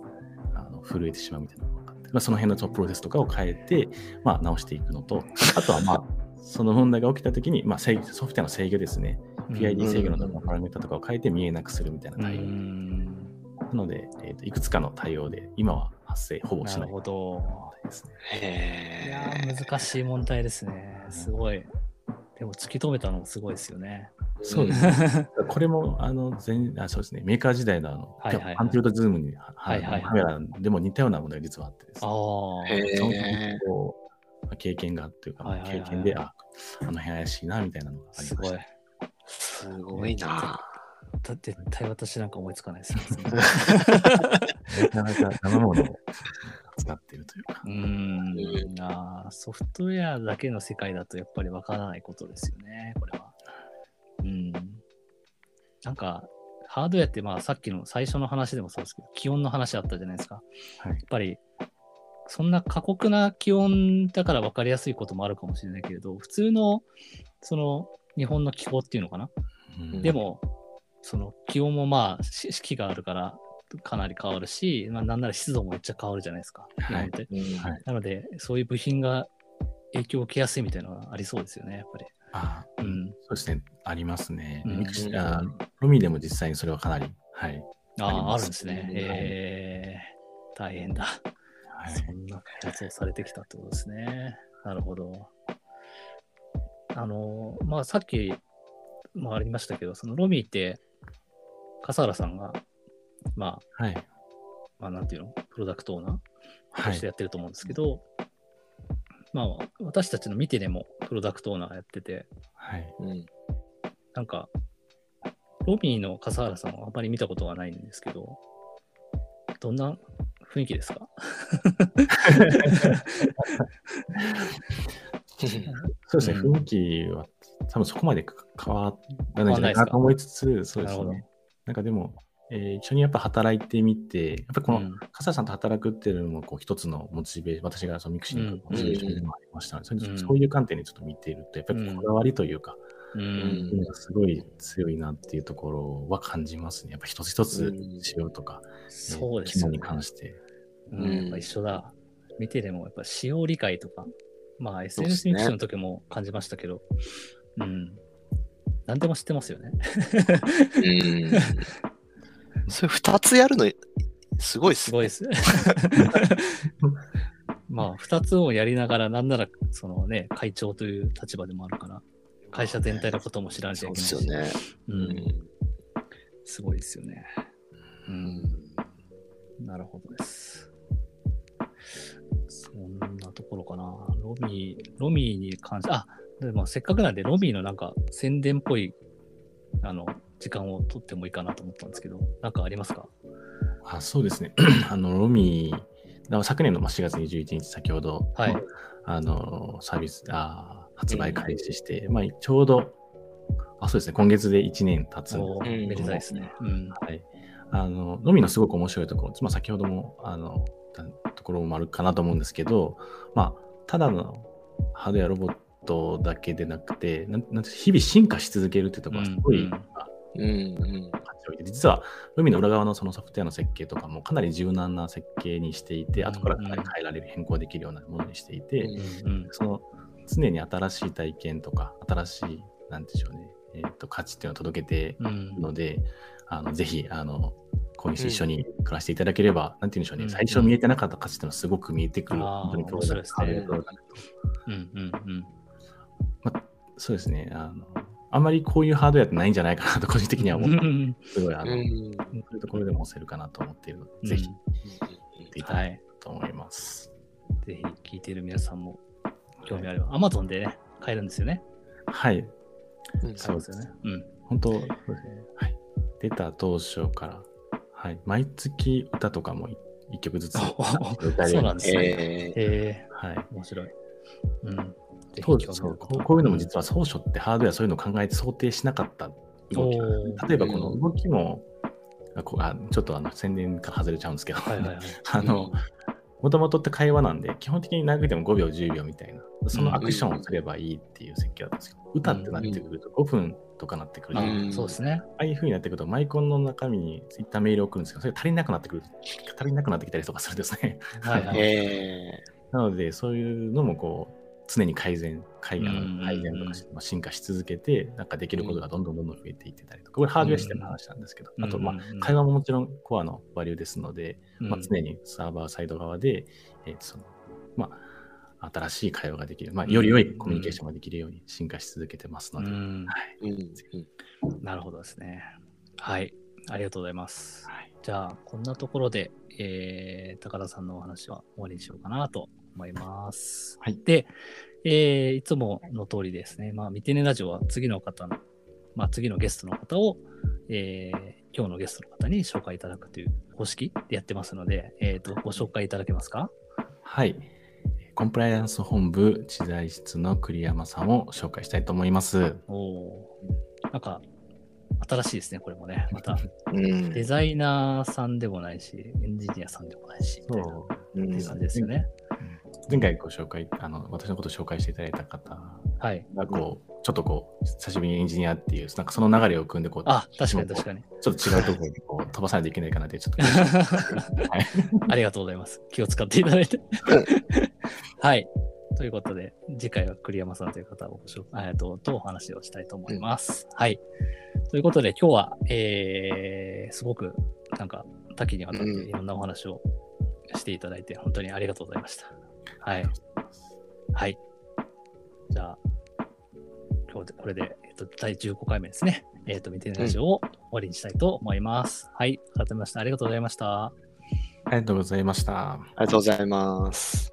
Speaker 3: あの震えてしまうみたいなのが分かって、まあ、その辺のそのプロセスとかを変えて、まあ、直していくのと、あとは、まあ、 その問題が起きたときに、まあ、制御ソフトウェアの制御ですね、
Speaker 1: うん
Speaker 3: PID 制御のパラメータとかを変えて見えなくするみたいな
Speaker 1: うん
Speaker 3: 対応。なので、えーといくつかの対応で、今は発生ほぼ
Speaker 1: な
Speaker 3: しな
Speaker 1: る
Speaker 3: い
Speaker 1: ほど。
Speaker 3: ですね。
Speaker 1: いやー難しい問題ですね。すごい。でも突き止めたのもすごいですよね。
Speaker 3: そうですね。これもあの前あそうです、ね、メーカー時代のあの、
Speaker 1: はいはいはい
Speaker 3: アンティルトズームに、は
Speaker 1: はいはいはい
Speaker 3: カメラでも似たようなものが実はあってですね
Speaker 1: ああ。
Speaker 2: へー
Speaker 3: その時にこうまあ経験があっていうか、まあ
Speaker 1: はいはいはい
Speaker 3: 経験で、あ、あの辺怪しいなみたいなのがあり
Speaker 1: す
Speaker 3: ま
Speaker 1: ご
Speaker 3: し
Speaker 1: い。
Speaker 3: た。
Speaker 1: だ
Speaker 2: すごいな。
Speaker 1: 絶対私なんか思いつかないです。
Speaker 3: なかなか生ものを使っているというか
Speaker 1: う。ん。あーソフトウェアだけの世界だとやっぱりわからないことですよね、これは。うん。なんか、ハードウェアって、まあ、さっきの最初の話でもそうですけど、気温の話あったじゃないですか。
Speaker 3: はい
Speaker 1: やっぱり、そんな過酷な気温だから分かりやすいこともあるかもしれないけれど、普通の、その、日本の気候っていうのかな。
Speaker 3: うん
Speaker 1: でも、その気温もまあ、し四季があるから、かなり変わるし、まあ、なんなら湿度もめっちゃ変わるじゃないですか。
Speaker 3: い
Speaker 1: 日本って
Speaker 3: はい
Speaker 1: なので、そういう部品が影響を受けやすいみたいなのはありそうですよね、やっぱり。
Speaker 3: あ
Speaker 1: うん。
Speaker 3: そうですね、ありますね。
Speaker 1: うん
Speaker 3: ミクシあロミでも実際にそれはかなり、はい。
Speaker 1: あ
Speaker 3: あり
Speaker 1: あ、あ
Speaker 3: ます
Speaker 1: るんですね。えー、大変だ。
Speaker 3: はい
Speaker 1: そんな活動されてきたってことですね。なるほど。あの、まあ、さっきもありましたけど、そのロミーって、笠原さんが、まあ、
Speaker 3: はい。
Speaker 1: まあ、なんていうの、プロダクトオーナー
Speaker 3: は
Speaker 1: として
Speaker 3: い。
Speaker 1: やってると思うんですけど、まあ、私たちの見てでもプロダクトオーナーやってて、
Speaker 3: はい。
Speaker 2: うん
Speaker 1: なんか、ロビーの笠原さんはあまり見たことがないんですけど、どんな雰囲気ですか
Speaker 3: そうですね、
Speaker 1: うん
Speaker 3: 雰囲気は多分そこまで変わらないんじゃないかなと思いつつ、そうで
Speaker 1: な
Speaker 3: す
Speaker 1: るほ
Speaker 3: ね。なんかでも、えー一緒にやっぱ働いてみて、やっぱりこの、
Speaker 1: うん
Speaker 3: 笠井さんと働くっていうのもこう一つのモチベーション、私がそのミクシーのモチベーションでもありましたので、
Speaker 1: うん
Speaker 3: そういう観点でちょっと見ていると、やっぱりこだわりというか、
Speaker 1: う
Speaker 2: うんん
Speaker 3: そういうのがすごい強いなっていうところは感じますね。やっぱ一つ一つしようとか、
Speaker 1: そうです
Speaker 3: 機
Speaker 1: よ
Speaker 3: 能
Speaker 1: ね
Speaker 3: に。関して。
Speaker 1: うん
Speaker 2: うん
Speaker 1: やっぱ一緒だ。見てでも、やっぱ使用理解とか、まあ
Speaker 2: そうっ
Speaker 1: SNS
Speaker 2: すね
Speaker 1: ミクションの時も感じましたけど、うん。何でも知ってますよね。
Speaker 2: うん。それ二つやるの、すごいっ
Speaker 1: す
Speaker 2: す
Speaker 1: ごいです。 まあ、二つをやりながら、なんなら、そのね、会長という立場でもあるから、会社全体のことも知らなきゃ
Speaker 2: そ
Speaker 1: いうけ
Speaker 2: で
Speaker 1: ない
Speaker 2: す
Speaker 1: し。
Speaker 2: よね。
Speaker 1: う。
Speaker 2: うんん。
Speaker 1: すごいですよね。うん。なるほどです。そんなところかな。ロミー、ロミーに関して、あ、でもせっかくなんで、ロミーのなんか宣伝っぽい、あの、時間を取ってもいいかなと思ったんですけど、なんかありますか
Speaker 3: あそうですね。あの、ロミー、だ昨年のまあ4月21日、先ほど、
Speaker 1: はい。
Speaker 3: あの、サービス、あー発売開始して、まあ、ちょうど、あ、そうですね、今月で1年経つん
Speaker 1: お
Speaker 3: で
Speaker 1: ーめでたいですね。うん。
Speaker 3: はい。あの、のみのすごく面白いところ、まあ、先ほども、あの、たところもあるかなと思うんですけど、まあ、ただのハードやロボットだけでなくて、なんなんて日々進化し続けるってところがすごい、
Speaker 1: うんうん
Speaker 3: まあ
Speaker 2: うん。
Speaker 3: 感じておいて実は、海の裏側のそのソフトウェアの設計とかもかなり柔軟な設計にしていて、後から変えられる、変更できるようなものにしていて、
Speaker 2: うん
Speaker 1: うん。
Speaker 3: その常に新しい体験とか、新しい、なんでしょうね、えー、と価値っていうのを届けて
Speaker 1: うん
Speaker 3: ので、あのぜひ、あの、購入して
Speaker 2: うん
Speaker 3: 一緒に暮らしていただければ、なんて言うんでしょうね、
Speaker 1: うん
Speaker 3: 最初見えてなかった価値っていうのはすごく見えてくる。
Speaker 1: あー
Speaker 3: 本当に
Speaker 1: 面白いですね
Speaker 3: ハードウェアプロダクト
Speaker 1: うんうんうん。
Speaker 3: そうですね。あのあんまりこういうハードウェアってないんじゃないかなと、個人的には思
Speaker 1: う
Speaker 3: う。
Speaker 1: ん
Speaker 3: すごい、あ
Speaker 2: う
Speaker 3: の、
Speaker 2: ん。
Speaker 3: そういうところでも押せるかなと思っているので、ぜひ、っていた
Speaker 1: は
Speaker 3: だけ
Speaker 1: い。
Speaker 3: たらと思います。
Speaker 1: ぜひ聞いている皆さんも興味あれば、Amazon でね、買えるんですよね。
Speaker 3: はい、
Speaker 2: うん
Speaker 3: そうです
Speaker 1: よ
Speaker 3: ね
Speaker 1: ね。。うん。
Speaker 3: 本当、はい、出た当初から、はい、毎月歌とかも一曲ずつ
Speaker 1: あ
Speaker 3: 歌える
Speaker 1: そう
Speaker 3: よ
Speaker 1: な
Speaker 3: うんに
Speaker 1: ですね。
Speaker 2: えー
Speaker 1: え
Speaker 3: はい。
Speaker 1: ー、面白い。うん。ぜひ
Speaker 3: 当時
Speaker 1: 興味
Speaker 3: そ
Speaker 1: ある
Speaker 3: う
Speaker 1: 方
Speaker 3: こうこういうのも実は総書ってハードウェアそういうのを考えて想定しなかった動きなんですね
Speaker 1: おー
Speaker 3: 例えばこの動きも、あこうあちょっとあの宣伝から外れちゃうんですけど、
Speaker 1: はいはいはい。
Speaker 3: あの、もともとって会話なんで、基本的に長くても5秒、10秒みたいな、そのアクションをすればいいっていう設計だったんですけど、歌ってなってくると5分とかなってくる
Speaker 1: あ
Speaker 3: と、
Speaker 2: うん
Speaker 1: ーそうですね。
Speaker 3: ああいう風になってくると、マイコンの中身に一旦メールを送るんですけど、それが足りなくなってくる、足りなくなってきたりとかするんですね。
Speaker 1: はいはい。
Speaker 2: え
Speaker 3: なので、そういうのもこう、常に改善、改
Speaker 1: うんうんうん
Speaker 3: 善改善とかし、まあ、進化し続けて、なんかできることがどんどんどんどん増えていってたりとか、これハードウェア視点の話なんですけど、あと、まあ、会話ももちろんコアのバリューですので、
Speaker 1: うん、
Speaker 3: まあ、常にサーバーサイド側で、えーそのまあ、新しい会話ができる、まあ、より良いコミュニケーションができるように進化し続けてます
Speaker 1: う
Speaker 3: ので、
Speaker 1: ん。
Speaker 3: はい
Speaker 2: ー
Speaker 1: なるほどですね。はい。ありがとうございます。
Speaker 3: はい
Speaker 1: じゃあ、こんなところで、えー、高田さんのお話は終わりにしようかなと思います。
Speaker 3: はい
Speaker 1: で、えーいつもの通りですね、まあ、ミテネラジオは次の方の、まあ、次のゲストの方を、えー今日のゲストの方に紹介いただくという方式でやってますので、えー、とご紹介いただけますか
Speaker 3: はいえーコンプライアンス本部知財室の栗山さんを紹介したいと思います。
Speaker 1: おおーなんか、新しいですね、これもね。ま た、
Speaker 2: うん
Speaker 1: デザイナーさんでもないし、エンジニアさんでもないし、みたいな
Speaker 3: そ
Speaker 2: う
Speaker 3: う
Speaker 2: ん
Speaker 1: 感じですよね。
Speaker 3: 前回ご紹介あの、私のことを紹介していただいた方
Speaker 1: はい。
Speaker 3: がこう、ちょっとこう、久しぶりにエンジニアっていう、なんかその流れを組んでこう、
Speaker 1: あ、確かに確かに。
Speaker 3: ちょっと違うところにこう飛ばさないといけないかなって、ちょっ とはい
Speaker 1: ありがとうございます。気を使っていただいて。はい。ということで、次回は栗山さんという方をご紹介、えっと、とお話をしたいと思います。はい。ということで、今日は、えー、すごく、なんか、多岐にわたって
Speaker 2: うん
Speaker 1: いろんなお話をしていただいて、本当にありがとうございました。はい。はい。じゃあ、今日で、これで、えっと、第15回目ですね。えっと、ミテネラジオを終わりにしたいと思います。はい。改めまして、ありがとうございました。
Speaker 3: ありがとうございました。
Speaker 2: ありがとうございます。